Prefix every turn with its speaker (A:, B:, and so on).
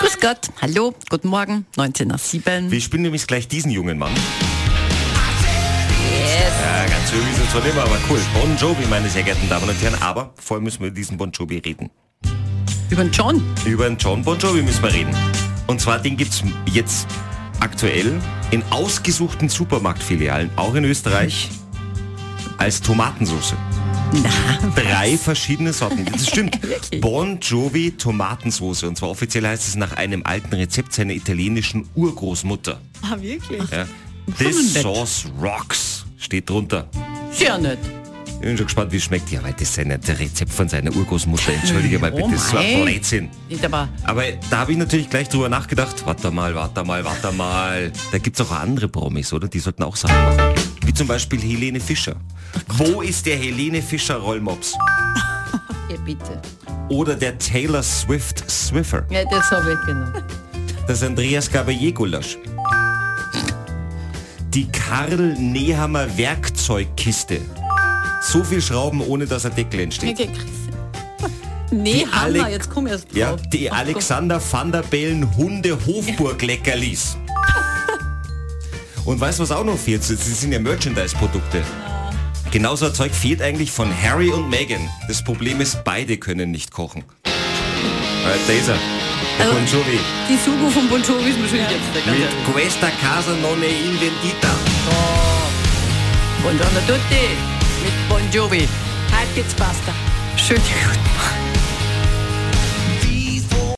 A: Grüß Gott, hallo, guten Morgen, 19 nach 7.
B: Wir spielen nämlich gleich diesen jungen Mann. Ja, ganz schön, wie es zwar immer, aber cool. Bon Jovi, meine sehr geehrten Damen und Herren. Aber vorher müssen wir über diesen Bon Jovi reden.
A: Über den John.
B: Über den John Bon Jovi müssen wir reden. Und zwar, den gibt's jetzt aktuell in ausgesuchten Supermarktfilialen, auch in Österreich, als Tomatensauce.
A: Na,
B: Drei verschiedene Sorten. Das stimmt. Bon Jovi Tomatensauce. Und zwar offiziell heißt es nach einem alten Rezept seiner italienischen Urgroßmutter.
C: Ah, wirklich?
B: Ja. This
A: nett.
B: Sauce Rocks steht drunter.
A: sehr nett.
B: Ich bin schon gespannt, wie es schmeckt. Ja, weil das ist ja nicht das Rezept von seiner Urgroßmutter. Entschuldige mal
A: Oh
B: bitte, das war
A: mei.
B: Blödsinn.
A: Nicht aber,
B: Aber da habe ich natürlich gleich drüber nachgedacht. Warte mal, warte mal, warte mal. Da gibt es auch andere Promis, oder? Die sollten auch Sachen machen. Wie zum Beispiel Helene Fischer. Wo ist der Helene Fischer Rollmops?
A: ja, bitte.
B: Oder der Taylor Swift Swiffer?
A: Ja, das habe ich genau. genommen.
B: Das Andreas Gabayé Gulasch. Die Karl Nehammer Werkzeugkiste. So viel Schrauben, ohne dass ein Deckel entsteht.
C: Okay, Chris. Nee,
B: Die
C: Hanna,
B: Alec-
C: jetzt komm erst drauf.
B: Ja, die Alexander van der Bellen Hunde Hofburg Leckerlis. Und weißt du, was auch noch fehlt? Sie sind ja Merchandise-Produkte. Genauso ein Zeug fehlt eigentlich von Harry und Meghan. Das Problem ist, beide können nicht kochen. Äh, da ist er. Der
A: Also-
B: Bon Jovi.
A: Die Sugo von Bon Jovi ist mir schon jetzt der ganze.
B: Mit Questa Casa non è inventita.
A: Buongiorno tutti mit Bon Jovi.
C: Halt jetzt basta.
A: Schönen guten Morgen.